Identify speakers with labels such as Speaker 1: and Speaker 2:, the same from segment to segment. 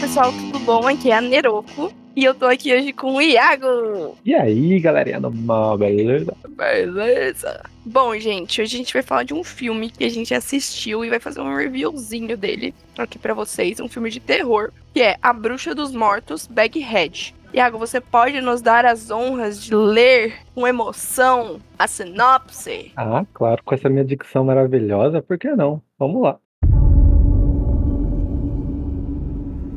Speaker 1: pessoal, tudo bom? Aqui é a Neroko. E eu tô aqui hoje com o Iago.
Speaker 2: E aí, galerinha do mal, beleza?
Speaker 1: Beleza. Bom, gente, hoje a gente vai falar de um filme que a gente assistiu e vai fazer um reviewzinho dele aqui pra vocês. Um filme de terror, que é A Bruxa dos Mortos, Baghead. Iago, você pode nos dar as honras de ler com emoção a sinopse?
Speaker 2: Ah, claro, com essa minha dicção maravilhosa, por que não? Vamos lá.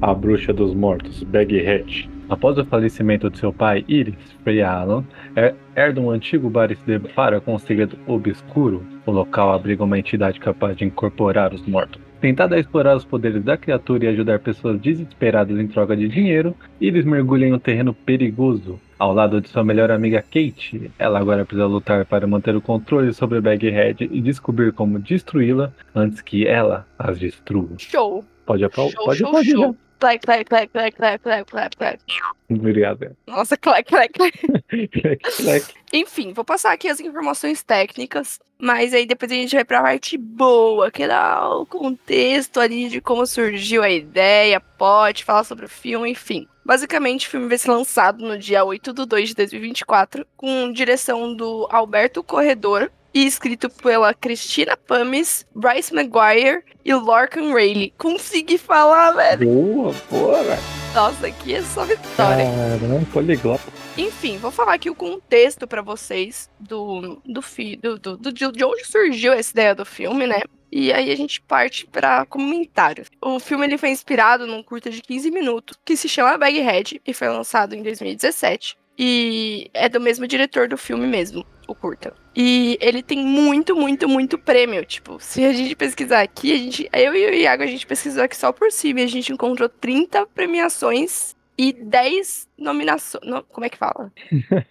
Speaker 2: A Bruxa dos Mortos, Baghead. Após o falecimento de seu pai, Iris Frey Allen, her- herda um antigo bar e se depara com um segredo obscuro. O local abriga uma entidade capaz de incorporar os mortos. Tentada a explorar os poderes da criatura e ajudar pessoas desesperadas em troca de dinheiro, Iris mergulha em um terreno perigoso. Ao lado de sua melhor amiga Kate, ela agora precisa lutar para manter o controle sobre Baghead e descobrir como destruí-la antes que ela as destrua.
Speaker 1: Show.
Speaker 2: Pode aplaudir.
Speaker 1: Show,
Speaker 2: Pode
Speaker 1: show,
Speaker 2: aplaudir né?
Speaker 1: show. Clac, clac, clac, clac, clac, clac, clac, clac.
Speaker 2: já. Obrigado.
Speaker 1: Nossa, clac, clac, clac.
Speaker 2: Clack, clack.
Speaker 1: Enfim, vou passar aqui as informações técnicas, mas aí depois a gente vai pra parte boa, que dá o contexto ali de como surgiu a ideia, pode falar sobre o filme, enfim. Basicamente, o filme vai ser lançado no dia 8 de 2 de 2024, com direção do Alberto Corredor e escrito pela Cristina Pames, Bryce Maguire e Lorcan Rayleigh. Consegui falar, velho!
Speaker 2: Boa, bora!
Speaker 1: Nossa, aqui é só vitória.
Speaker 2: Caramba, poliglota.
Speaker 1: Enfim, vou falar aqui o contexto pra vocês do, do, fi, do, do, do- de de onde surgiu essa ideia do filme, né? E aí a gente parte pra comentários. O filme ele foi inspirado num curta de 15 minutos que se chama Baghead e foi lançado em 2017 e é do mesmo diretor do filme mesmo, o curta. E ele tem muito, muito, muito prêmio. Tipo, se a gente pesquisar aqui, a gente, eu e o Iago a gente pesquisou aqui só por cima e a gente encontrou 30 premiações e 10 nominações. como é que fala?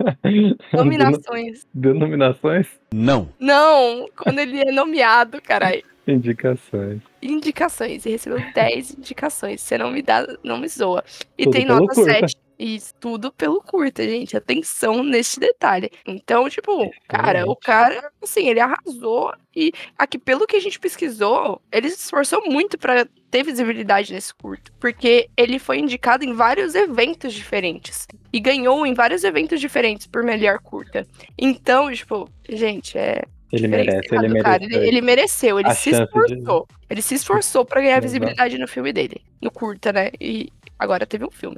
Speaker 1: Nominações.
Speaker 2: Denominações,
Speaker 3: Não.
Speaker 1: Não, quando ele é nomeado, carai.
Speaker 2: indicações.
Speaker 1: Indicações. Ele recebeu 10 indicações. Você não me dá, não me zoa. E
Speaker 2: Tudo
Speaker 1: tem
Speaker 2: pelo
Speaker 1: nota
Speaker 2: curta.
Speaker 1: 7. Isso tudo pelo curta, gente. Atenção neste detalhe. Então, tipo, cara, o
Speaker 2: Excelente.
Speaker 1: cara, assim, ele arrasou. E aqui, pelo que a gente pesquisou, ele se esforçou muito pra ter visibilidade nesse curto. Porque ele foi indicado em vários eventos diferentes. E ganhou em vários eventos diferentes por melhor curta. Então, tipo, gente, é
Speaker 2: Ele merece, ele
Speaker 1: diferenciado,
Speaker 2: merece.
Speaker 1: cara. Ele, ele mereceu, ele
Speaker 2: A
Speaker 1: se
Speaker 2: chance de- é
Speaker 1: esforçou. Ele se esforçou pra ganhar
Speaker 2: Exato.
Speaker 1: visibilidade no filme dele. No curta, né? E agora teve um filme.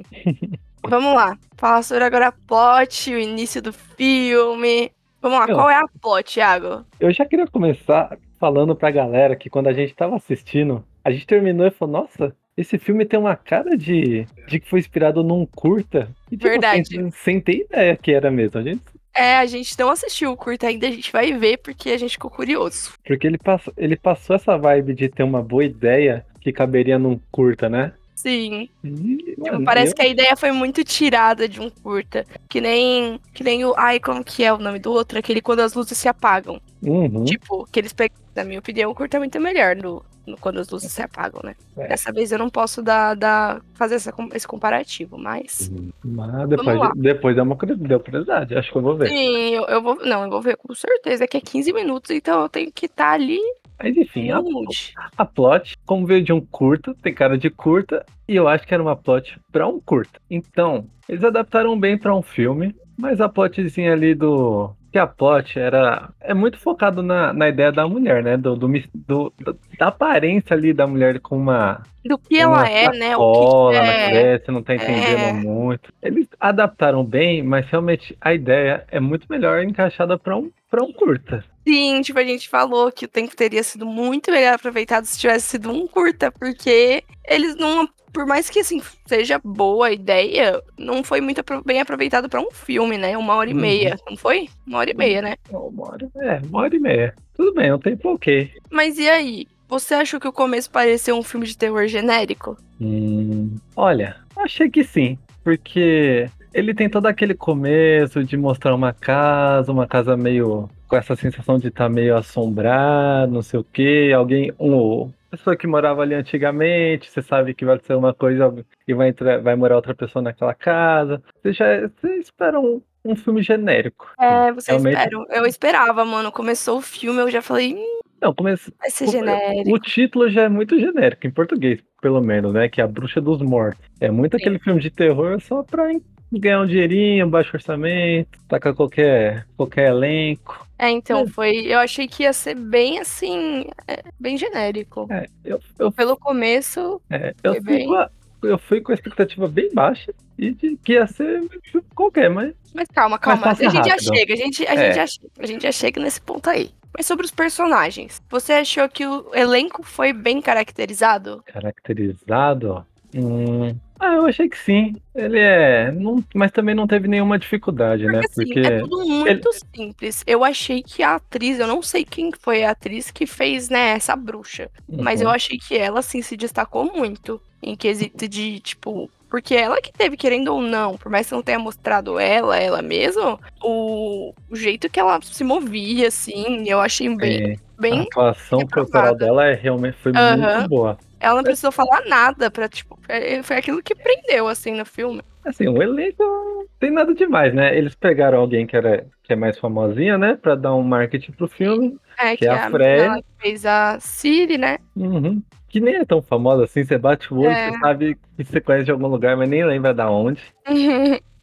Speaker 1: Vamos lá. Falar sobre agora a plot, o início do filme. Vamos lá,
Speaker 2: Eu-
Speaker 1: qual é a plot, Thiago?
Speaker 2: Eu já queria começar falando pra galera que quando a gente tava assistindo, a gente terminou e falou, nossa, esse filme tem uma cara de, de que foi inspirado num curta. E, tipo,
Speaker 1: Verdade.
Speaker 2: Sem, sem ter ideia que era mesmo, a gente.
Speaker 1: É, a gente não assistiu o curta ainda, a gente vai ver porque a gente ficou curioso.
Speaker 2: Porque ele passou, ele passou essa vibe de ter uma boa ideia que caberia num curta, né?
Speaker 1: Sim.
Speaker 2: E,
Speaker 1: Tipo,
Speaker 2: mano,
Speaker 1: parece
Speaker 2: É, eu-
Speaker 1: que a ideia foi muito tirada de um curta. Que nem, que nem o. Ai, como que é o nome do outro? Aquele quando as luzes se apagam.
Speaker 2: Uhum.
Speaker 1: Tipo, que eles pegam, na minha opinião, o curto é muito melhor no, no- quando as luzes se apagam, né?
Speaker 2: É.
Speaker 1: Dessa vez eu não posso dar, dar- fazer essa com- esse comparativo, mas.
Speaker 2: Mas depois,
Speaker 1: Tipo, lá.
Speaker 2: depois é uma curi- deu curiosidade, acho que eu vou ver.
Speaker 1: Sim, eu, eu vou. Não, eu vou ver com certeza que é 15 minutos, então eu tenho que estar ali
Speaker 2: Mas enfim, a,
Speaker 1: no mood.
Speaker 2: a plot, como veio de um curta, tem cara de curta, e eu acho que era uma plot pra um curta. Então, eles adaptaram bem pra um filme, mas a plotzinha ali do. Que a plot era. É muito focado na, na ideia da mulher, né? Do, do, mis- do- do- da aparência ali da mulher com uma.
Speaker 1: Do que
Speaker 2: uma
Speaker 1: ela é, né? O
Speaker 2: sacola,
Speaker 1: que
Speaker 2: ela
Speaker 1: é.
Speaker 2: cresce, não tá entendendo
Speaker 1: É.
Speaker 2: muito. Eles adaptaram bem, mas realmente a ideia é muito melhor encaixada pra um, pra um curta.
Speaker 1: Sim, tipo, a gente falou que o tempo teria sido muito melhor aproveitado se tivesse sido um curta, porque eles não. Por mais que assim, seja boa a ideia, não foi muito apro- bem aproveitado pra um filme, né? Uma hora e
Speaker 2: Uhum.
Speaker 1: meia, não foi? Uma hora e meia, né?
Speaker 2: Não, Uma hora, é, uma hora e meia. Tudo bem, é um tempo ok.
Speaker 1: Mas e aí? Você achou que o começo pareceu um filme de terror genérico?
Speaker 2: Hum, olha, achei que sim, porque ele tem todo aquele começo de mostrar uma casa, uma casa meio com essa sensação de estar meio assombrado, não sei o quê, alguém, um, pessoa que morava ali antigamente, você sabe que vai ser uma coisa e vai entrar, vai morar outra pessoa naquela casa. Você já, você espera um, um filme genérico.
Speaker 1: É, vocês
Speaker 2: Realmente.
Speaker 1: esperam. Eu esperava, mano. Começou o filme, eu já falei, hum,
Speaker 2: Não, começa.
Speaker 1: Vai ser genérico.
Speaker 2: O título já é muito genérico, em português, pelo menos, né? Que é a Bruxa dos Mortos. É muito aquele filme de terror só pra hein, ganhar um dinheirinho, baixo orçamento, tacar qualquer, qualquer elenco.
Speaker 1: É, então foi. Eu achei que ia ser bem assim, é, bem genérico.
Speaker 2: É, eu, eu,
Speaker 1: Pelo começo,
Speaker 2: é, eu,
Speaker 1: Foi
Speaker 2: fui
Speaker 1: bem.
Speaker 2: com a, eu fui com a expectativa bem baixa e de que ia ser um qualquer, mas
Speaker 1: Mas calma, calma. A
Speaker 2: passa
Speaker 1: gente já
Speaker 2: rápido.
Speaker 1: chega, a gente, a,
Speaker 2: É.
Speaker 1: gente já chega, a gente já chega nesse ponto aí. Mas sobre os personagens, você achou que o elenco foi bem caracterizado?
Speaker 2: caracterizado. Hum, ah, eu achei que sim. Ele é. não- mas também não teve nenhuma dificuldade, né?
Speaker 1: Porque, assim,
Speaker 2: Porque.
Speaker 1: é tudo muito simples. Eu achei que a atriz, eu não sei quem foi a atriz que fez, né, essa bruxa. Mas
Speaker 2: uhum,
Speaker 1: eu achei que ela, assim, se destacou muito em quesito de, tipo. Porque ela que teve, querendo ou não, por mais que não tenha mostrado ela, ela mesma, o, o jeito que ela se movia, assim, eu achei bem.
Speaker 2: É,
Speaker 1: bem
Speaker 2: a atuação
Speaker 1: aprovada.
Speaker 2: corporal dela é realmente foi
Speaker 1: Aham.
Speaker 2: muito boa.
Speaker 1: Ela não precisou falar nada pra, tipo, é- foi aquilo que prendeu, assim, no filme.
Speaker 2: Assim, o elenco não tem nada demais, né? Eles pegaram alguém que, era, que é mais famosinha, né? Pra dar um marketing pro filme.
Speaker 1: É,
Speaker 2: Que é a
Speaker 1: menina,
Speaker 2: Freya.
Speaker 1: ela que fez a Siri, né?
Speaker 2: Uhum. Que nem é tão famosa assim, você bate o olho,
Speaker 1: É.
Speaker 2: você sabe que você conhece de algum lugar, mas nem lembra da onde.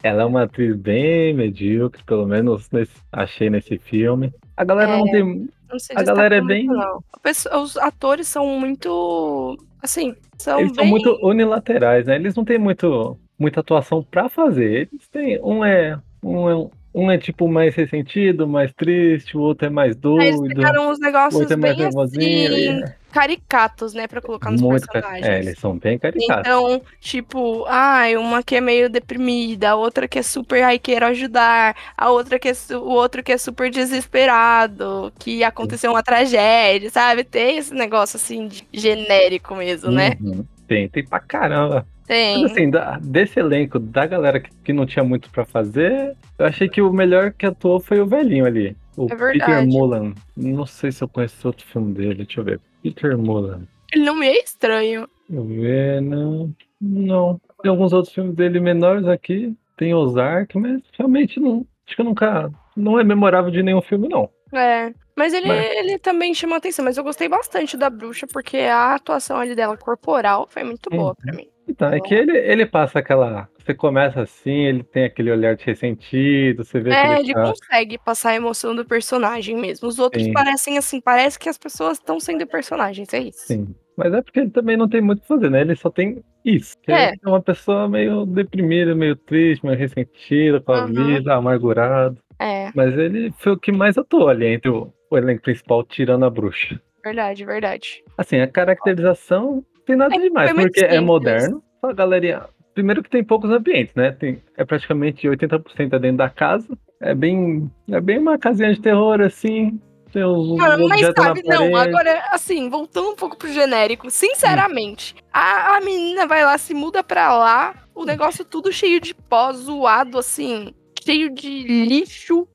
Speaker 2: Ela é uma atriz bem medíocre, pelo menos nesse- achei nesse filme. A galera
Speaker 1: É.
Speaker 2: não tem.
Speaker 1: não sei
Speaker 2: A galera é
Speaker 1: destacar
Speaker 2: bem-
Speaker 1: muito, não. O pessoa- os atores são muito. Assim, são
Speaker 2: Eles
Speaker 1: bem.
Speaker 2: são muito unilaterais, né? Eles não têm muito, muita atuação pra fazer. Eles têm. Um é. Um é, um é tipo mais ressentido, mais triste, o outro é mais
Speaker 1: Aí Eles
Speaker 2: doido.
Speaker 1: pegaram uns
Speaker 2: O
Speaker 1: negócios
Speaker 2: outro é mais
Speaker 1: bem
Speaker 2: nervosinho. e-
Speaker 1: assim, caricatos, né, pra colocar nos
Speaker 2: Muito cari-
Speaker 1: personagens.
Speaker 2: É, eles são bem caricatos.
Speaker 1: Então, tipo, ai, uma que é meio deprimida, a outra que é super, ai, quero ajudar, a outra que é, su- o outro que é super desesperado, que aconteceu uma tragédia, sabe? Tem esse negócio assim de genérico mesmo, né?
Speaker 2: Uhum. Tem, tem pra caramba.
Speaker 1: Tem.
Speaker 2: Mas assim, da- desse elenco, da galera que, que não tinha muito pra fazer, eu achei que o melhor que atuou foi o velhinho ali. O
Speaker 1: É
Speaker 2: Peter
Speaker 1: verdade.
Speaker 2: Mullan. Não sei se eu conheço outro filme dele, deixa eu ver. Peter Mullan.
Speaker 1: Ele não me é estranho.
Speaker 2: Eu ver, não. Não. Tem alguns outros filmes dele menores aqui. Tem Ozark, mas realmente não. Acho que eu nunca. Não é memorável de nenhum filme, não.
Speaker 1: É. Mas ele,
Speaker 2: Mas-
Speaker 1: ele também chama atenção, mas eu gostei bastante da bruxa, porque a atuação ali dela corporal foi muito boa pra mim.
Speaker 2: Então, é que ele, ele passa aquela. Você começa assim, ele tem aquele olhar de ressentido, você vê que
Speaker 1: É,
Speaker 2: ele
Speaker 1: ele
Speaker 2: tá-
Speaker 1: consegue passar a emoção do personagem mesmo. Os outros
Speaker 2: Sim.
Speaker 1: parecem assim, parece que as pessoas estão sendo personagens, é isso.
Speaker 2: Sim. Mas é porque ele também não tem muito o que fazer, né? Ele só tem isso. Que
Speaker 1: É.
Speaker 2: é. uma pessoa meio deprimida, meio triste, meio ressentida com a
Speaker 1: Uhum.
Speaker 2: vida, amargurado.
Speaker 1: É,
Speaker 2: Mas ele foi o que mais atuou ali entre o, o elenco principal, tirando a bruxa.
Speaker 1: verdade, verdade.
Speaker 2: Assim, a caracterização não tem nada
Speaker 1: É,
Speaker 2: demais,
Speaker 1: foi muito
Speaker 2: porque é
Speaker 1: simples.
Speaker 2: moderno. Só a galerinha. Primeiro que tem poucos ambientes, né? Tem, é praticamente 80% é dentro da casa. É bem, é bem uma casinha de terror, assim. Tem os
Speaker 1: Cara, Ah, mas
Speaker 2: objetos tá na
Speaker 1: sabe, não,
Speaker 2: parede.
Speaker 1: agora, assim, voltando um pouco pro genérico, sinceramente, a, a menina vai lá, se muda pra lá, o negócio tudo cheio de pó, zoado, assim, cheio de lixo.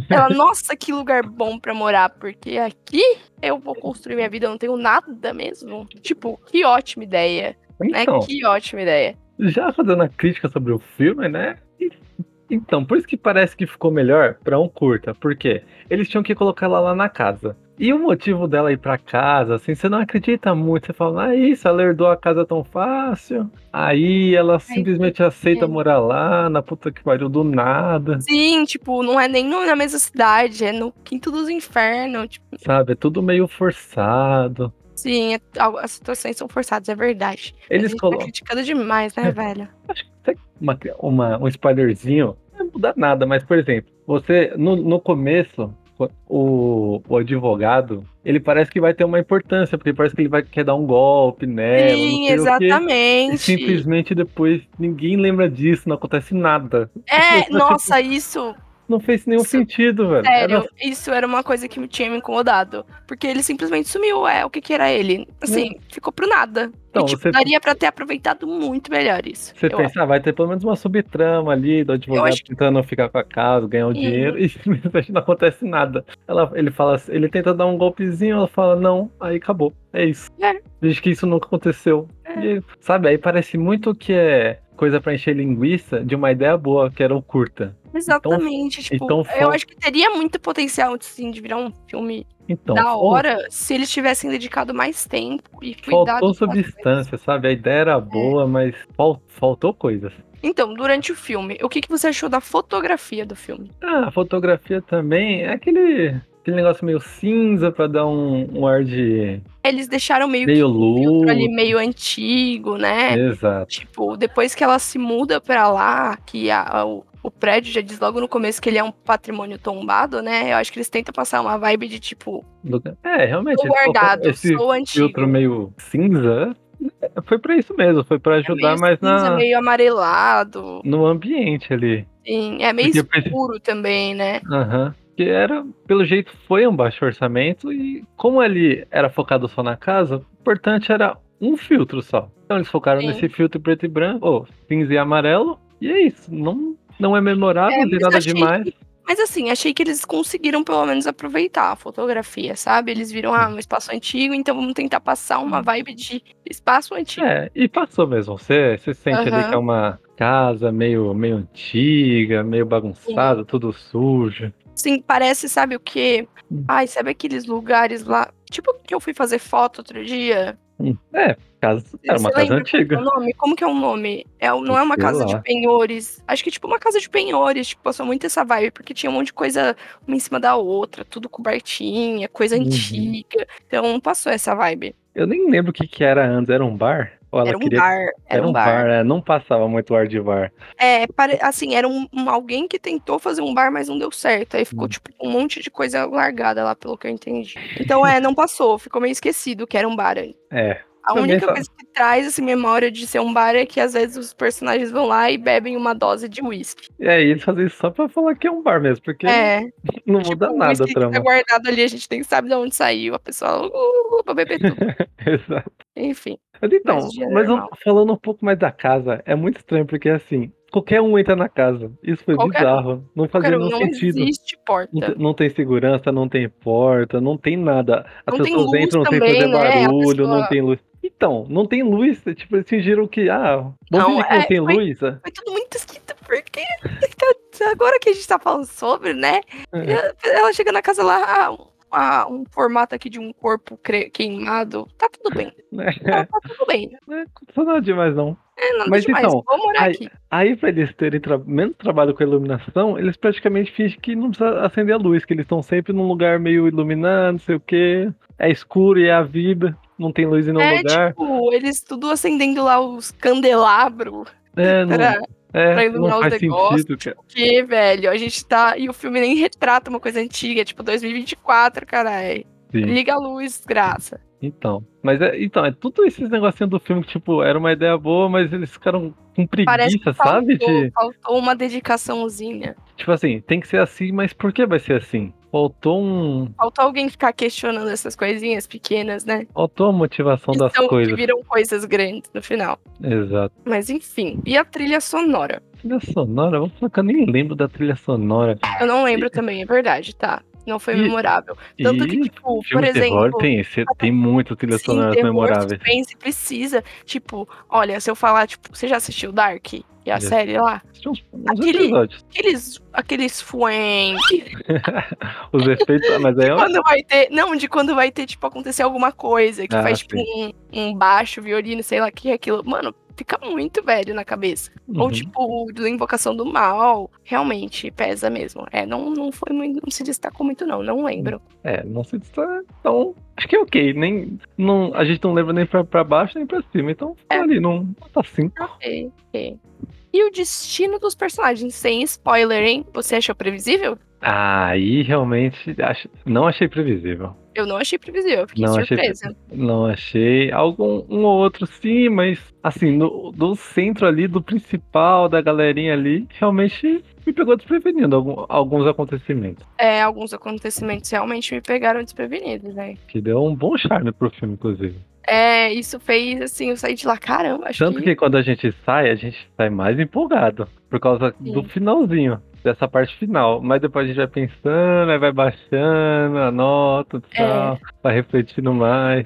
Speaker 1: Ela, nossa, que lugar bom pra morar, porque aqui eu vou construir minha vida, eu não tenho nada mesmo. Tipo, que ótima ideia. né?
Speaker 2: Então,
Speaker 1: Que ótima ideia.
Speaker 2: já fazendo a crítica sobre o filme, né? E- Então, por isso que parece que ficou melhor pra um curta, porque eles tinham que colocar ela lá na casa. E o motivo dela ir pra casa, assim, você não acredita muito, você fala, ah, isso, ela herdou a casa tão fácil. Aí ela simplesmente aceita morar lá, na puta que pariu do nada,
Speaker 1: Sim, tipo, não é nem no- na mesma cidade, é no quinto dos infernos. Tipo,
Speaker 2: sabe? É tudo meio forçado.
Speaker 1: sim, é- al- as situações são forçadas, é verdade. Mas a
Speaker 2: Eles
Speaker 1: gente tá
Speaker 2: colocam.
Speaker 1: criticando demais, né, velho?
Speaker 2: Acho que até uma, uma- um spoilerzinho não muda nada, mas, por exemplo, você no, no começo, o, o advogado, ele parece que vai ter uma importância, porque parece que ele vai quer dar um golpe nela, não
Speaker 1: sim,
Speaker 2: sei o quê. É E
Speaker 1: exatamente.
Speaker 2: simplesmente depois ninguém lembra disso, não acontece nada.
Speaker 1: É, nossa, isso,
Speaker 2: Não fez nenhum
Speaker 1: Isso-
Speaker 2: sentido, velho.
Speaker 1: sério,
Speaker 2: Ela-
Speaker 1: isso era uma coisa que me tinha me incomodado. Porque ele simplesmente sumiu, é, o que que era ele? Assim, ficou pro nada. E,
Speaker 2: Então,
Speaker 1: tipo,
Speaker 2: você-
Speaker 1: daria pra ter aproveitado muito melhor isso.
Speaker 2: Você
Speaker 1: eu acho.
Speaker 2: pensa, ah, vai ter pelo menos uma subtrama ali do advogado
Speaker 1: acho
Speaker 2: tentando ficar com a casa, ganhar o
Speaker 1: Uhum.
Speaker 2: dinheiro, e simplesmente não acontece nada. Ela, ele fala, assim- ele tenta dar um golpezinho, ela fala, não, aí acabou. É isso.
Speaker 1: É.
Speaker 2: Diz que isso nunca aconteceu.
Speaker 1: É.
Speaker 2: E, sabe, aí parece muito que é coisa pra encher linguiça de uma ideia boa, que era o curta.
Speaker 1: Exatamente. tipo,
Speaker 2: então
Speaker 1: eu
Speaker 2: fo-
Speaker 1: acho que teria muito potencial, sim, de virar um filme
Speaker 2: Então,
Speaker 1: da
Speaker 2: fal-
Speaker 1: hora se eles tivessem dedicado mais tempo e cuidado.
Speaker 2: faltou
Speaker 1: com as É.
Speaker 2: substância, sabe? A ideia era boa, mas fal- faltou coisas.
Speaker 1: Então, durante o filme, o que, que você achou da fotografia do filme?
Speaker 2: Ah, a fotografia também é aquele, aquele negócio meio cinza pra dar um, um ar de
Speaker 1: Eles deixaram meio,
Speaker 2: meio
Speaker 1: que um filtro ali
Speaker 2: luz.
Speaker 1: meio antigo, né?
Speaker 2: Exato.
Speaker 1: Tipo, depois que ela se muda pra lá, que a- a- o, o prédio já diz logo no começo que ele é um patrimônio tombado, né? Eu acho que eles tentam passar uma vibe de tipo,
Speaker 2: Lugar- É, realmente.
Speaker 1: sou
Speaker 2: eles colocaram
Speaker 1: guardado,
Speaker 2: Esse
Speaker 1: sou antigo.
Speaker 2: filtro meio cinza é, foi pra isso mesmo, foi
Speaker 1: É
Speaker 2: pra
Speaker 1: meio
Speaker 2: ajudar mais
Speaker 1: cinza,
Speaker 2: na,
Speaker 1: meio amarelado.
Speaker 2: no ambiente ali.
Speaker 1: Sim, é meio
Speaker 2: Porque eu pensei-
Speaker 1: escuro também, né?
Speaker 2: Aham. Que era, pelo jeito, foi um baixo orçamento e como ele era focado só na casa, o importante era um filtro só. Então eles focaram
Speaker 1: Sim.
Speaker 2: nesse filtro preto e branco, ou cinza e amarelo, e é isso. Não, não é memorável,
Speaker 1: É,
Speaker 2: não tem
Speaker 1: mas
Speaker 2: nada
Speaker 1: achei
Speaker 2: demais.
Speaker 1: Mas assim, achei que eles conseguiram pelo menos aproveitar a fotografia, sabe? Eles viram, ah, um espaço antigo, então vamos tentar passar
Speaker 2: Uhum.
Speaker 1: uma vibe de espaço antigo.
Speaker 2: É, e passou mesmo. Você, você sente ali que é
Speaker 1: Aham.
Speaker 2: uma casa meio, meio antiga, meio bagunçada, tudo sujo.
Speaker 1: Sim, parece, sabe o quê?
Speaker 2: Hum.
Speaker 1: Ai, sabe aqueles lugares lá? Tipo que eu fui fazer foto outro dia.
Speaker 2: Hum, É, casa, era uma
Speaker 1: Você
Speaker 2: casa
Speaker 1: lembra qual que é
Speaker 2: antiga.
Speaker 1: o nome? Como que é o nome? É, o- não é uma
Speaker 2: Sei
Speaker 1: casa
Speaker 2: lá.
Speaker 1: de penhores. Acho que é tipo uma casa de penhores. Tipo, passou muito essa vibe, porque tinha um monte de coisa uma em cima da outra, tudo cobertinha, coisa
Speaker 2: Uhum.
Speaker 1: antiga. Então passou essa vibe.
Speaker 2: Eu nem lembro o que, que era antes, era um bar? Ou ela
Speaker 1: era um
Speaker 2: queria
Speaker 1: bar. Era,
Speaker 2: Era um bar, né? não passava muito ar de bar.
Speaker 1: É, pare- assim, era um, um alguém que tentou fazer um bar, mas não deu certo. Aí ficou,
Speaker 2: Hum.
Speaker 1: tipo, um monte de coisa largada lá, pelo que eu entendi. Então, é, não passou, ficou meio esquecido que era um bar. antes.
Speaker 2: É,
Speaker 1: A
Speaker 2: Também
Speaker 1: única
Speaker 2: fa-
Speaker 1: coisa que traz, assim, memória de ser um bar é que às vezes os personagens vão lá e bebem uma dose de uísque.
Speaker 2: e aí eles fazem isso só pra falar que é um bar mesmo, porque
Speaker 1: É,
Speaker 2: não
Speaker 1: tipo,
Speaker 2: muda
Speaker 1: o
Speaker 2: nada a
Speaker 1: uísque que tá
Speaker 2: trama.
Speaker 1: guardado ali, a gente nem sabe de onde saiu. A pessoa, uh, vou beber tudo.
Speaker 2: Exato.
Speaker 1: Enfim,
Speaker 2: Mas então,
Speaker 1: Mas o dia é
Speaker 2: mas um-
Speaker 1: normal.
Speaker 2: falando um pouco mais da casa, é muito estranho, porque assim, qualquer um entra na casa. Isso foi
Speaker 1: Qualquer um.
Speaker 2: bizarro. Não fazia
Speaker 1: cara,
Speaker 2: nenhum
Speaker 1: não
Speaker 2: sentido. Então,
Speaker 1: existe
Speaker 2: Não,
Speaker 1: porta.
Speaker 2: te- não tem segurança, não tem porta, não tem nada. As
Speaker 1: Não tem
Speaker 2: pessoas
Speaker 1: luz
Speaker 2: entram, não tem
Speaker 1: também,
Speaker 2: fazer
Speaker 1: né? A
Speaker 2: barulho, não
Speaker 1: pessoa-
Speaker 2: tem luz. Então, não tem luz. Tipo, eles fingiram que, ah, vamos
Speaker 1: Não,
Speaker 2: fingir que não
Speaker 1: é,
Speaker 2: tem
Speaker 1: foi-
Speaker 2: luz. ah.
Speaker 1: Foi tudo muito esquisito, porque tá- agora que a gente tá falando sobre, né?
Speaker 2: É.
Speaker 1: Ela- Ela chega na casa lá, ah, um, ah, um formato aqui de um corpo cre- queimado. Tá tudo bem. Tá, tá tudo bem.
Speaker 2: Não é nada demais, não.
Speaker 1: É nada
Speaker 2: Mas
Speaker 1: demais.
Speaker 2: então,
Speaker 1: Vou morar
Speaker 2: aí-
Speaker 1: aqui.
Speaker 2: Aí, pra eles terem tra- menos trabalho com a iluminação, eles praticamente fingem que não precisa acender a luz, que eles estão sempre num lugar meio iluminado, não sei o quê. É escuro e é a vida, não tem luz em nenhum
Speaker 1: é,
Speaker 2: lugar.
Speaker 1: tipo, eles tudo acendendo lá os candelabros.
Speaker 2: é,
Speaker 1: tipo,
Speaker 2: não,
Speaker 1: Pra...
Speaker 2: é,
Speaker 1: pra
Speaker 2: não
Speaker 1: iluminar os
Speaker 2: faz
Speaker 1: negócios,
Speaker 2: sentido, cara.
Speaker 1: Que, velho, a gente tá. E o filme nem retrata uma coisa antiga, é tipo 2024, caralho.
Speaker 2: Sim.
Speaker 1: Liga a luz, desgraça.
Speaker 2: Então, mas é, então, é tudo esses negocinhos do filme que, tipo, era uma ideia boa, mas eles ficaram com
Speaker 1: Parece que
Speaker 2: preguiça, sabe?
Speaker 1: faltou,
Speaker 2: De,
Speaker 1: faltou uma dedicaçãozinha.
Speaker 2: tipo assim, tem que ser assim, mas por que vai ser assim? Faltou um.
Speaker 1: Faltou alguém ficar questionando essas coisinhas pequenas, né?
Speaker 2: Faltou a motivação
Speaker 1: Que
Speaker 2: das
Speaker 1: são- que
Speaker 2: coisas.
Speaker 1: viram coisas grandes no final.
Speaker 2: Exato.
Speaker 1: Mas enfim, e a trilha sonora?
Speaker 2: Trilha sonora? Vamos falar que eu nem lembro da trilha sonora.
Speaker 1: Eu não lembro também, é verdade, tá? Não foi
Speaker 2: E-
Speaker 1: memorável. Tanto que,
Speaker 2: E
Speaker 1: tipo, por
Speaker 2: filme de terror
Speaker 1: exemplo,
Speaker 2: tem, esse- tem muito trilhas
Speaker 1: sim,
Speaker 2: sonoras
Speaker 1: terror,
Speaker 2: memoráveis.
Speaker 1: suspense, precisa. Tipo, olha, se eu falar, tipo, você já assistiu Dark? E a
Speaker 2: Já.
Speaker 1: série lá?
Speaker 2: Tinha uns, uns
Speaker 1: Aquele-
Speaker 2: episódios.
Speaker 1: Aqueles, aqueles fuem,
Speaker 2: Os efeitos. ah, Mas aí é um-
Speaker 1: quando vai ter, não, de quando vai ter, tipo, acontecer alguma coisa, que
Speaker 2: Ah,
Speaker 1: faz, tipo, um, um baixo, violino, sei lá, o que é aquilo. Mano, fica muito velho na cabeça. Ou
Speaker 2: Uhum.
Speaker 1: tipo, o do Invocação do Mal, realmente pesa mesmo. É, não, não foi muito, não se destacou muito não, não lembro.
Speaker 2: É, não sei se tá tão. Acho que é ok. Nem, não, a gente não lembra nem pra, pra baixo nem pra cima. Então fica
Speaker 1: É.
Speaker 2: ali, não tá assim. nota 5.
Speaker 1: Ok, ok. E o destino dos personagens, sem spoiler, hein? Você achou previsível?
Speaker 2: Aí realmente acho- não achei previsível.
Speaker 1: Eu não achei previsível, eu fiquei
Speaker 2: Não achei
Speaker 1: surpresa.
Speaker 2: Não achei. Algum um ou outro sim, mas assim, no, do centro ali, do principal, da galerinha ali, realmente me pegou desprevenido algum- alguns acontecimentos.
Speaker 1: É, alguns acontecimentos realmente me pegaram desprevenidos, né?
Speaker 2: Que deu um bom charme pro filme, inclusive.
Speaker 1: É, isso fez assim, eu saí de lá, caramba, acho
Speaker 2: Tanto que quando a gente sai, a gente sai mais empolgado. Por causa
Speaker 1: Sim.
Speaker 2: do finalzinho, dessa parte final. Mas depois a gente vai pensando, aí vai baixando a nota e
Speaker 1: É.
Speaker 2: tal. Vai refletindo mais.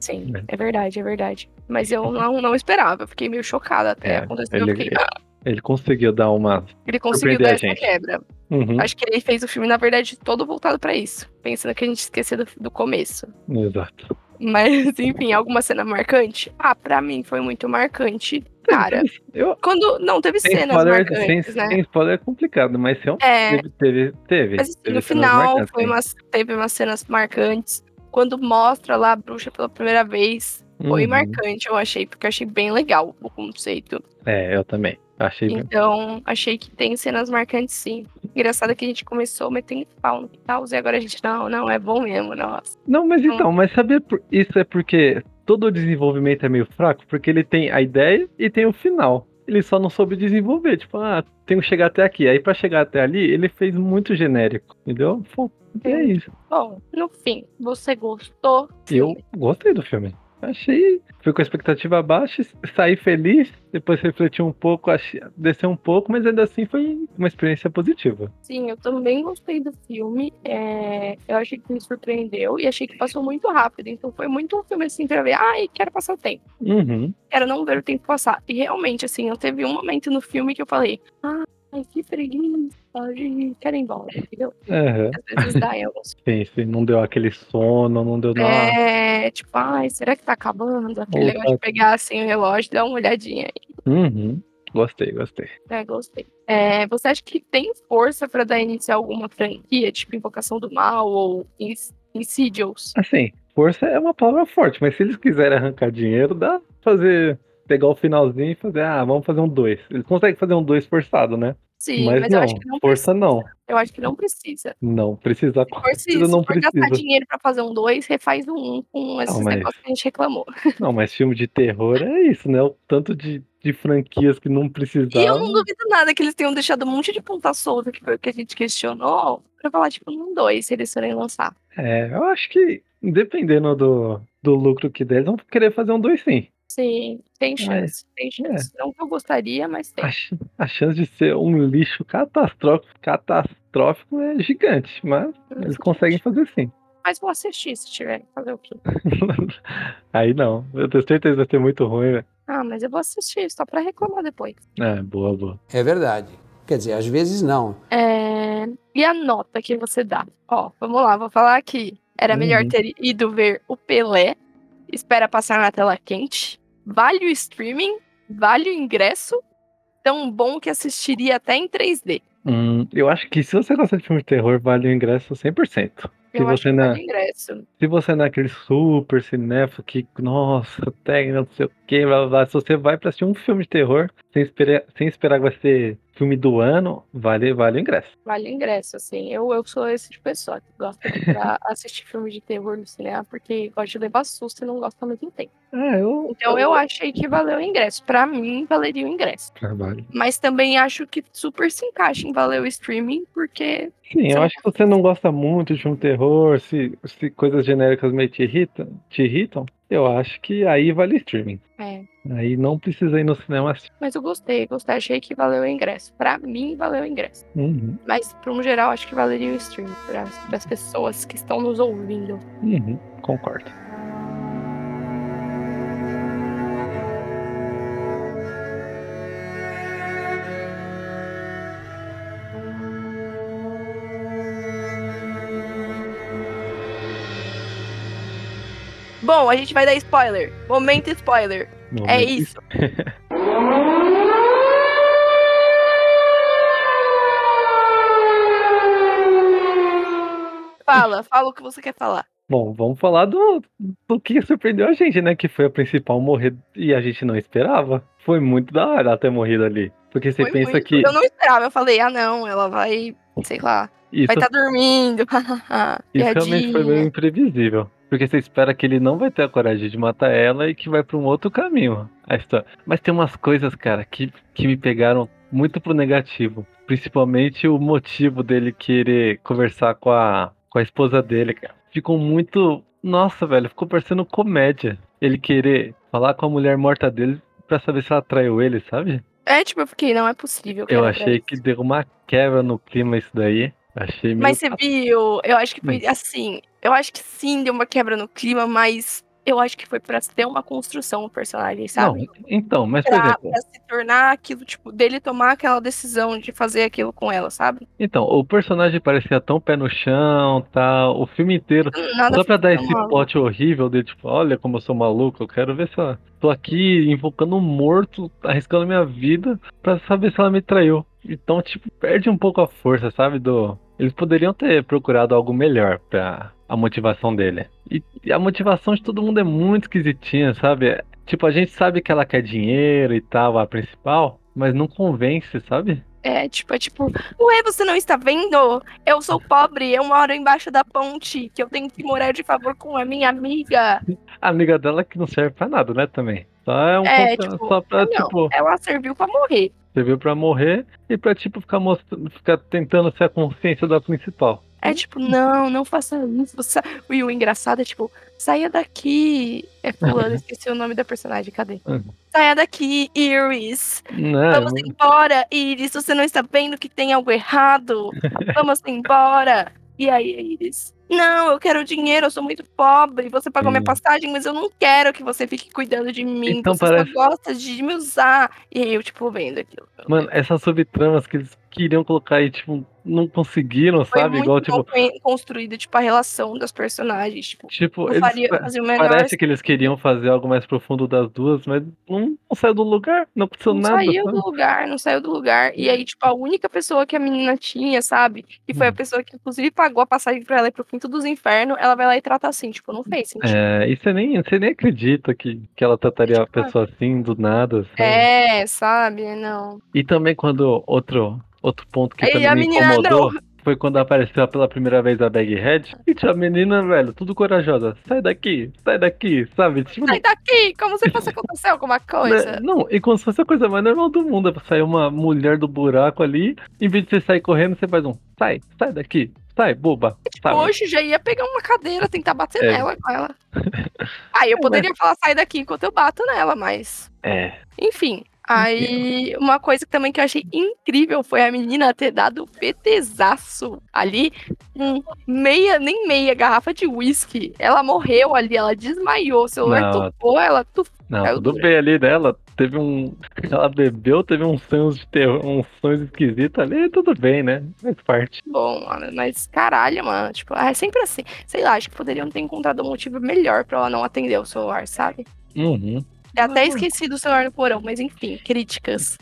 Speaker 1: Sim, é verdade, é verdade. Mas eu não, não esperava, eu fiquei meio chocada até.
Speaker 2: É,
Speaker 1: aconteceu, eu
Speaker 2: Ele,
Speaker 1: fiquei,
Speaker 2: ele conseguiu dar uma.
Speaker 1: ele conseguiu
Speaker 2: surpreendeu
Speaker 1: dar
Speaker 2: a
Speaker 1: essa
Speaker 2: gente.
Speaker 1: quebra.
Speaker 2: Uhum,
Speaker 1: Acho que ele fez o filme, na verdade, todo voltado pra isso. Pensando que a gente esqueceu do, do começo.
Speaker 2: Exato.
Speaker 1: Mas, enfim, alguma cena marcante? Ah, pra mim foi muito marcante. Cara,
Speaker 2: Eu-
Speaker 1: quando. Não, teve
Speaker 2: Sem
Speaker 1: cenas
Speaker 2: spoiler, sem,
Speaker 1: marcantes, né?
Speaker 2: sem spoiler é complicado, mas se é um-
Speaker 1: É,
Speaker 2: teve, teve, teve.
Speaker 1: mas assim,
Speaker 2: teve
Speaker 1: no
Speaker 2: cenas
Speaker 1: final
Speaker 2: marcantes,
Speaker 1: foi
Speaker 2: sim.
Speaker 1: umas, teve umas cenas marcantes. Quando mostra lá a bruxa pela primeira vez, foi
Speaker 2: Uhum.
Speaker 1: marcante, eu achei, porque eu achei bem legal o conceito.
Speaker 2: É, eu também. Achei bem.
Speaker 1: Então, achei que tem cenas marcantes, sim. Engraçado é que a gente começou metendo pau no tal, e agora a gente, não, não, é bom mesmo, nossa.
Speaker 2: Não, mas
Speaker 1: Então-
Speaker 2: então, mas saber por- isso é porque todo o desenvolvimento é meio fraco, porque ele tem a ideia e tem o final. Ele só não soube desenvolver, tipo, ah, tenho que chegar até aqui. Aí pra chegar até ali, ele fez muito genérico, entendeu? Pô, é isso.
Speaker 1: Bom, no fim, você gostou?
Speaker 2: E eu gostei do filme. Achei, fui com a expectativa baixa, saí feliz, depois refleti um pouco, achei, desceu um pouco, mas ainda assim foi uma experiência positiva.
Speaker 1: Sim, eu também gostei do filme. é, eu achei que me surpreendeu e achei que passou muito rápido. Então foi muito um filme assim pra ver, ai, quero passar o tempo.
Speaker 2: Uhum.
Speaker 1: Quero não ver o tempo passar. E realmente, assim, eu teve um momento no filme que eu falei, ai, que preguiça, gente, quero ir embora, entendeu?
Speaker 2: Aham.
Speaker 1: Às vezes dá em alguns
Speaker 2: Sim, sim, não deu aquele sono, não deu nada.
Speaker 1: É, tipo, ai, será que tá acabando? Aquele
Speaker 2: Ou
Speaker 1: negócio de
Speaker 2: tá-
Speaker 1: pegar assim o relógio, dar uma olhadinha aí,
Speaker 2: Uhum. Gostei, gostei.
Speaker 1: né? Gostei. É, você acha que tem força pra dar início a alguma franquia, tipo Invocação do Mal ou Ins- Insidious?
Speaker 2: Assim, força é uma palavra forte, mas se eles quiserem arrancar dinheiro, dá pra fazer. Pegar o finalzinho e fazer, ah, vamos fazer um 2. Eles conseguem fazer um 2 forçado, né?
Speaker 1: Sim,
Speaker 2: mas,
Speaker 1: mas,
Speaker 2: não,
Speaker 1: eu acho que não
Speaker 2: força não.
Speaker 1: Eu acho que não precisa.
Speaker 2: Não, precisa.
Speaker 1: Força
Speaker 2: precisa,
Speaker 1: isso.
Speaker 2: não
Speaker 1: for gastar
Speaker 2: precisa.
Speaker 1: dinheiro pra fazer um dois, refaz um um com esses
Speaker 2: mas-
Speaker 1: negócios que a gente reclamou.
Speaker 2: Não, mas filme de terror é isso, né? O tanto de, de franquias que não
Speaker 1: E eu
Speaker 2: precisavam.
Speaker 1: não duvido nada que eles tenham deixado um monte de ponta solta, que foi o que a gente questionou, pra falar, tipo, um dois, se eles forem lançar.
Speaker 2: É, eu acho que, dependendo do, do lucro que der, eles vão querer fazer um 2 sim.
Speaker 1: Sim, tem chance, tem chance.
Speaker 2: é.
Speaker 1: Não que eu gostaria, mas tem.
Speaker 2: A, ch- a chance de ser um lixo catastrófico, catastrófico é gigante, mas eles conseguem fazer sim.
Speaker 1: Mas vou assistir se tiver que fazer o quê?
Speaker 2: Aí não, eu tenho certeza que vai ser muito ruim, velho.
Speaker 1: Ah, mas eu vou assistir só pra reclamar depois.
Speaker 2: É, boa, boa.
Speaker 3: É verdade. Quer dizer, às vezes não.
Speaker 1: É, E a nota que você dá? Ó, vamos lá, vou falar aqui. Era melhor
Speaker 2: Uhum.
Speaker 1: ter ido ver o Pelé. Espera passar na tela quente. Vale o streaming. Vale o ingresso. Tão bom que assistiria até em 3D.
Speaker 2: Hum, eu acho que se você gosta de filme de terror, vale o ingresso 100%.
Speaker 1: Eu
Speaker 2: Se
Speaker 1: acho
Speaker 2: você
Speaker 1: que
Speaker 2: não-
Speaker 1: vale o ingresso.
Speaker 2: Se você não é aquele super cinéfilo que, nossa, tem não sei o que, blá, blá, blá, se você vai pra assistir um filme de terror sem esperar, sem esperar que vai ser filme do ano, vale, vale o ingresso.
Speaker 1: Vale o ingresso, assim. Eu, eu sou esse tipo de pessoa que gosta de ir pra assistir filme de terror no cinema porque gosta de levar susto e não gosta ao mesmo tempo.
Speaker 2: É, eu.
Speaker 1: Então eu achei que valeu o ingresso. Pra mim, valeria o ingresso.
Speaker 2: Trabalho.
Speaker 1: Mas também acho que super se encaixa em valer o streaming, porque
Speaker 2: Sim,
Speaker 1: Você
Speaker 2: eu
Speaker 1: não
Speaker 2: acho que você não gosta muito de filme de terror, se, se coisas genéricas meio te irritam, te irritam, eu acho que aí vale streaming.
Speaker 1: é.
Speaker 2: Aí não precisa ir no cinema assim.
Speaker 1: Mas eu gostei, gostei, achei que valeu o ingresso. Pra mim, valeu o ingresso.
Speaker 2: Uhum,
Speaker 1: Mas, pra um geral, acho que valeria o streaming para as pessoas que estão nos ouvindo.
Speaker 2: uhum, concordo.
Speaker 1: Bom, a gente vai dar spoiler. Momento spoiler. É
Speaker 2: Momento
Speaker 1: isso. Fala, fala o que você quer falar.
Speaker 2: Bom, vamos falar do, do que surpreendeu a gente, né? Que foi a principal morrer e a gente não esperava. Foi muito da hora ela ter morrido ali. Porque você
Speaker 1: Foi
Speaker 2: pensa
Speaker 1: muito-
Speaker 2: que
Speaker 1: Eu não esperava, eu falei, ah não, ela vai, sei lá,
Speaker 2: isso,
Speaker 1: vai estar dormindo.
Speaker 2: isso
Speaker 1: É
Speaker 2: realmente foi meio
Speaker 1: piadinha.
Speaker 2: imprevisível. Porque você espera que ele não vai ter a coragem de matar ela e que vai pra um outro caminho. A história. Mas tem umas coisas, cara, que, que me pegaram muito pro negativo. Principalmente o motivo dele querer conversar com a, com a esposa dele, cara. Ficou muito. Nossa, velho, ficou parecendo comédia. Ele querer falar com a mulher morta dele pra saber se ela traiu ele, sabe?
Speaker 1: É, tipo, eu fiquei, não é possível. cara,
Speaker 2: Eu
Speaker 1: pra
Speaker 2: achei
Speaker 1: isso.
Speaker 2: que deu uma quebra no clima isso daí. Achei meio Hum.
Speaker 1: Mas você viu, eu acho que foi assim. Eu acho que sim, deu uma quebra no clima, mas Eu acho que foi pra ter uma construção o personagem, sabe?
Speaker 2: Não, então, mas por
Speaker 1: Pra,
Speaker 2: exemplo,
Speaker 1: pra se tornar aquilo, tipo, dele tomar aquela decisão de fazer aquilo com ela, sabe?
Speaker 2: então, o personagem parecia tão pé no chão, tal, o filme inteiro.
Speaker 1: Nada
Speaker 2: Só pra dar esse
Speaker 1: maluco.
Speaker 2: plot horrível de tipo, olha como eu sou maluco, eu quero ver se ela. Tô aqui invocando um morto, arriscando minha vida pra saber se ela me traiu. Então, tipo, perde um pouco a força, sabe? Do. Eles poderiam ter procurado algo melhor pra a motivação dele. E, e a motivação de todo mundo é muito esquisitinha, sabe? É- Tipo, a gente sabe que ela quer dinheiro e tal, a principal, mas não convence, sabe?
Speaker 1: É, tipo, é tipo, ué, você não está vendo? Eu sou pobre, eu moro embaixo da ponte, que eu tenho que morar de favor com a minha amiga.
Speaker 2: A amiga dela que não serve pra nada, né, também. Só é um
Speaker 1: É,
Speaker 2: contra-
Speaker 1: tipo,
Speaker 2: só pra,
Speaker 1: não.
Speaker 2: tipo.
Speaker 1: Ela serviu pra morrer.
Speaker 2: Serviu pra morrer e pra, tipo, ficar mostrando, ficar tentando ser a consciência da principal.
Speaker 1: É tipo, não, não faça isso. Você... E o engraçado é tipo, saia daqui. É fulano, esqueci o nome da personagem, cadê?
Speaker 2: Uhum.
Speaker 1: Saia daqui, Iris.
Speaker 2: Né?
Speaker 1: Vamos embora, Iris. Você não está vendo que tem algo errado? Vamos embora. E aí, Iris? Não, eu quero dinheiro, eu sou muito pobre. Você pagou minha
Speaker 2: Sim.
Speaker 1: passagem, mas eu não quero que você fique cuidando de mim.
Speaker 2: Então
Speaker 1: você
Speaker 2: parece-
Speaker 1: só gosta de me usar. E aí eu, tipo, vendo aquilo.
Speaker 2: Mano, essas subtramas que eles queriam colocar aí, tipo, não conseguiram,
Speaker 1: Foi
Speaker 2: sabe?
Speaker 1: muito
Speaker 2: Igual, tipo,
Speaker 1: bem construída, tipo, a relação das personagens. Tipo,
Speaker 2: tipo,
Speaker 1: não
Speaker 2: eles
Speaker 1: faria,
Speaker 2: pa-
Speaker 1: fazia o menor
Speaker 2: parece que eles queriam fazer algo mais profundo das duas, mas não, não saiu do lugar, não aconteceu
Speaker 1: não
Speaker 2: nada.
Speaker 1: saiu
Speaker 2: sabe?
Speaker 1: do lugar, não saiu do lugar. E aí, tipo, a única pessoa que a menina tinha, sabe? Que foi a
Speaker 2: Hum.
Speaker 1: pessoa que, inclusive, pagou a passagem pra ela ir pro quinto dos infernos, ela vai lá e trata assim, tipo, não fez sentido.
Speaker 2: É, e você nem, você nem acredita que, que ela trataria a
Speaker 1: Tipo, ah.
Speaker 2: pessoa assim, do nada, sabe?
Speaker 1: É, sabe? Não.
Speaker 2: E também quando outro, outro ponto que
Speaker 1: Aí
Speaker 2: também
Speaker 1: a
Speaker 2: me
Speaker 1: menina
Speaker 2: incomodou foi quando apareceu pela primeira vez a Baghead. E tinha a menina, velho, tudo corajosa. Sai daqui, sai daqui, sabe? Tipo,
Speaker 1: Sai daqui! Como se fosse acontecer alguma
Speaker 2: né?
Speaker 1: coisa.
Speaker 2: Não, e como se fosse a coisa mais normal do mundo. É sair uma mulher do buraco ali, em vez de você sair correndo, você faz um sai, sai daqui, sai, boba,
Speaker 1: Tipo,
Speaker 2: sabe?
Speaker 1: Hoje já ia pegar uma cadeira, tentar bater
Speaker 2: tá. É.
Speaker 1: nela com ela. Aí eu poderia falar, sai daqui enquanto eu bato nela, mas.
Speaker 2: É.
Speaker 1: Enfim. Aí, uma coisa também que eu achei incrível foi a menina ter dado o PTzaço ali, com meia, nem meia garrafa de uísque. Ela morreu ali, ela desmaiou, o celular
Speaker 2: Não.
Speaker 1: tufou, ela tufou.
Speaker 2: Não,
Speaker 1: Caiu
Speaker 2: tudo
Speaker 1: duro.
Speaker 2: bem ali dela. Teve um. Ela bebeu, teve uns sonhos de terror, uns sonhos esquisitos ali, tudo bem, né? Faz parte.
Speaker 1: Bom, mano, mas caralho, mano, tipo, é sempre assim. Sei lá, acho que poderiam ter encontrado um motivo melhor pra ela não atender o celular, sabe?
Speaker 2: Uhum.
Speaker 1: Eu até
Speaker 2: Não.
Speaker 1: esqueci do celular no porão, mas enfim, críticas.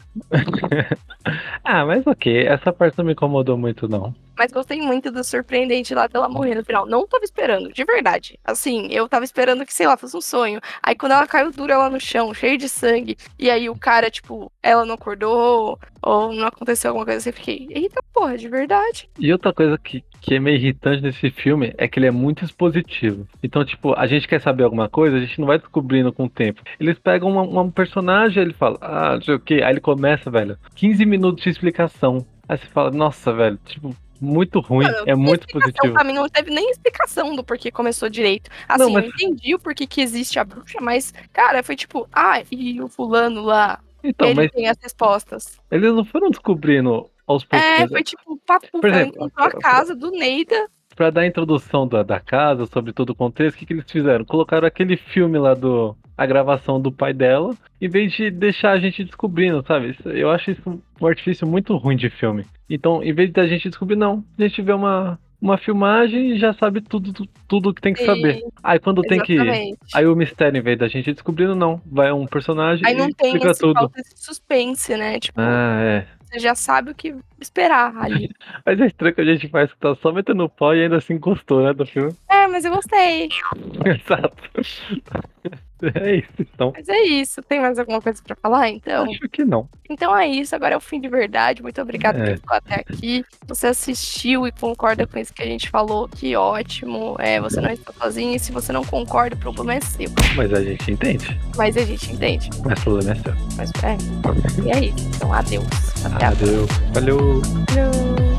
Speaker 2: Ah, mas ok. Essa parte não me incomodou muito, não.
Speaker 1: Mas gostei muito do surpreendente lá dela morrer no final. Não tava esperando, de verdade. Assim, eu tava esperando que, sei lá, fosse um sonho. Aí quando ela caiu dura lá no chão, cheio de sangue, e aí o cara, tipo, ela não acordou, ou não aconteceu alguma coisa assim, eu fiquei, eita porra, de verdade.
Speaker 2: E outra coisa que, que é meio irritante nesse filme é que ele é muito expositivo. Então, tipo, a gente quer saber alguma coisa, a gente não vai descobrindo com o tempo. Eles pegam uma- uma- um personagem, ele fala, ah, não sei o quê. Aí ele começa, velho, 15 minutos de explicação. Aí você fala, nossa, velho, tipo, muito ruim.
Speaker 1: Mano,
Speaker 2: é muito
Speaker 1: Então,
Speaker 2: positivo.
Speaker 1: pra mim não teve nem explicação do porquê começou direito. Assim,
Speaker 2: Não, mas-
Speaker 1: eu entendi o porquê que existe a bruxa, mas, cara, foi tipo, ah, e o fulano lá,
Speaker 2: Então,
Speaker 1: ele
Speaker 2: mas
Speaker 1: tem as respostas.
Speaker 2: eles não foram descobrindo aos
Speaker 1: É,
Speaker 2: pouquinhos.
Speaker 1: foi tipo, papo,
Speaker 2: Por
Speaker 1: ela
Speaker 2: exemplo,
Speaker 1: encontrou a casa do Neida.
Speaker 2: Pra dar a introdução da, da casa, sobre todo o contexto, o que, que eles fizeram? Colocaram aquele filme lá do. a gravação do pai dela, em vez de deixar a gente descobrindo, sabe? Isso- Eu acho isso um artifício muito ruim de filme. Então, em vez da gente descobrir, não. A gente vê uma, uma filmagem e já sabe tudo, tu- tudo que tem que saber. Aí quando tem que.
Speaker 1: Exatamente.
Speaker 2: Aí o mistério, em vez da gente descobrindo, não. Vai um personagem
Speaker 1: Aí não
Speaker 2: e
Speaker 1: tem
Speaker 2: explica
Speaker 1: esse
Speaker 2: tudo.
Speaker 1: falta de suspense, né? Tipo,
Speaker 2: Ah, é.
Speaker 1: você já sabe o que esperar ali.
Speaker 2: Mas é estranho que a gente faz que tá só metendo o pau e ainda assim gostou, né, do filme.
Speaker 1: é, mas eu gostei.
Speaker 2: Exato. É isso, então.
Speaker 1: Mas é isso. Tem mais alguma coisa pra falar, então?
Speaker 2: Acho que não.
Speaker 1: Então é isso. Agora é o fim de verdade. Muito obrigada
Speaker 2: É.
Speaker 1: por estar até aqui. Se Você assistiu e concorda com isso que a gente falou. Que ótimo. É, você não está sozinho. E se você não concorda, o problema é seu.
Speaker 2: Mas a gente entende.
Speaker 1: Mas a gente entende.
Speaker 2: Mas o problema é seu.
Speaker 1: Mas é. E é isso. Então, adeus. Até a
Speaker 2: Adeus. Valeu.
Speaker 1: próxima.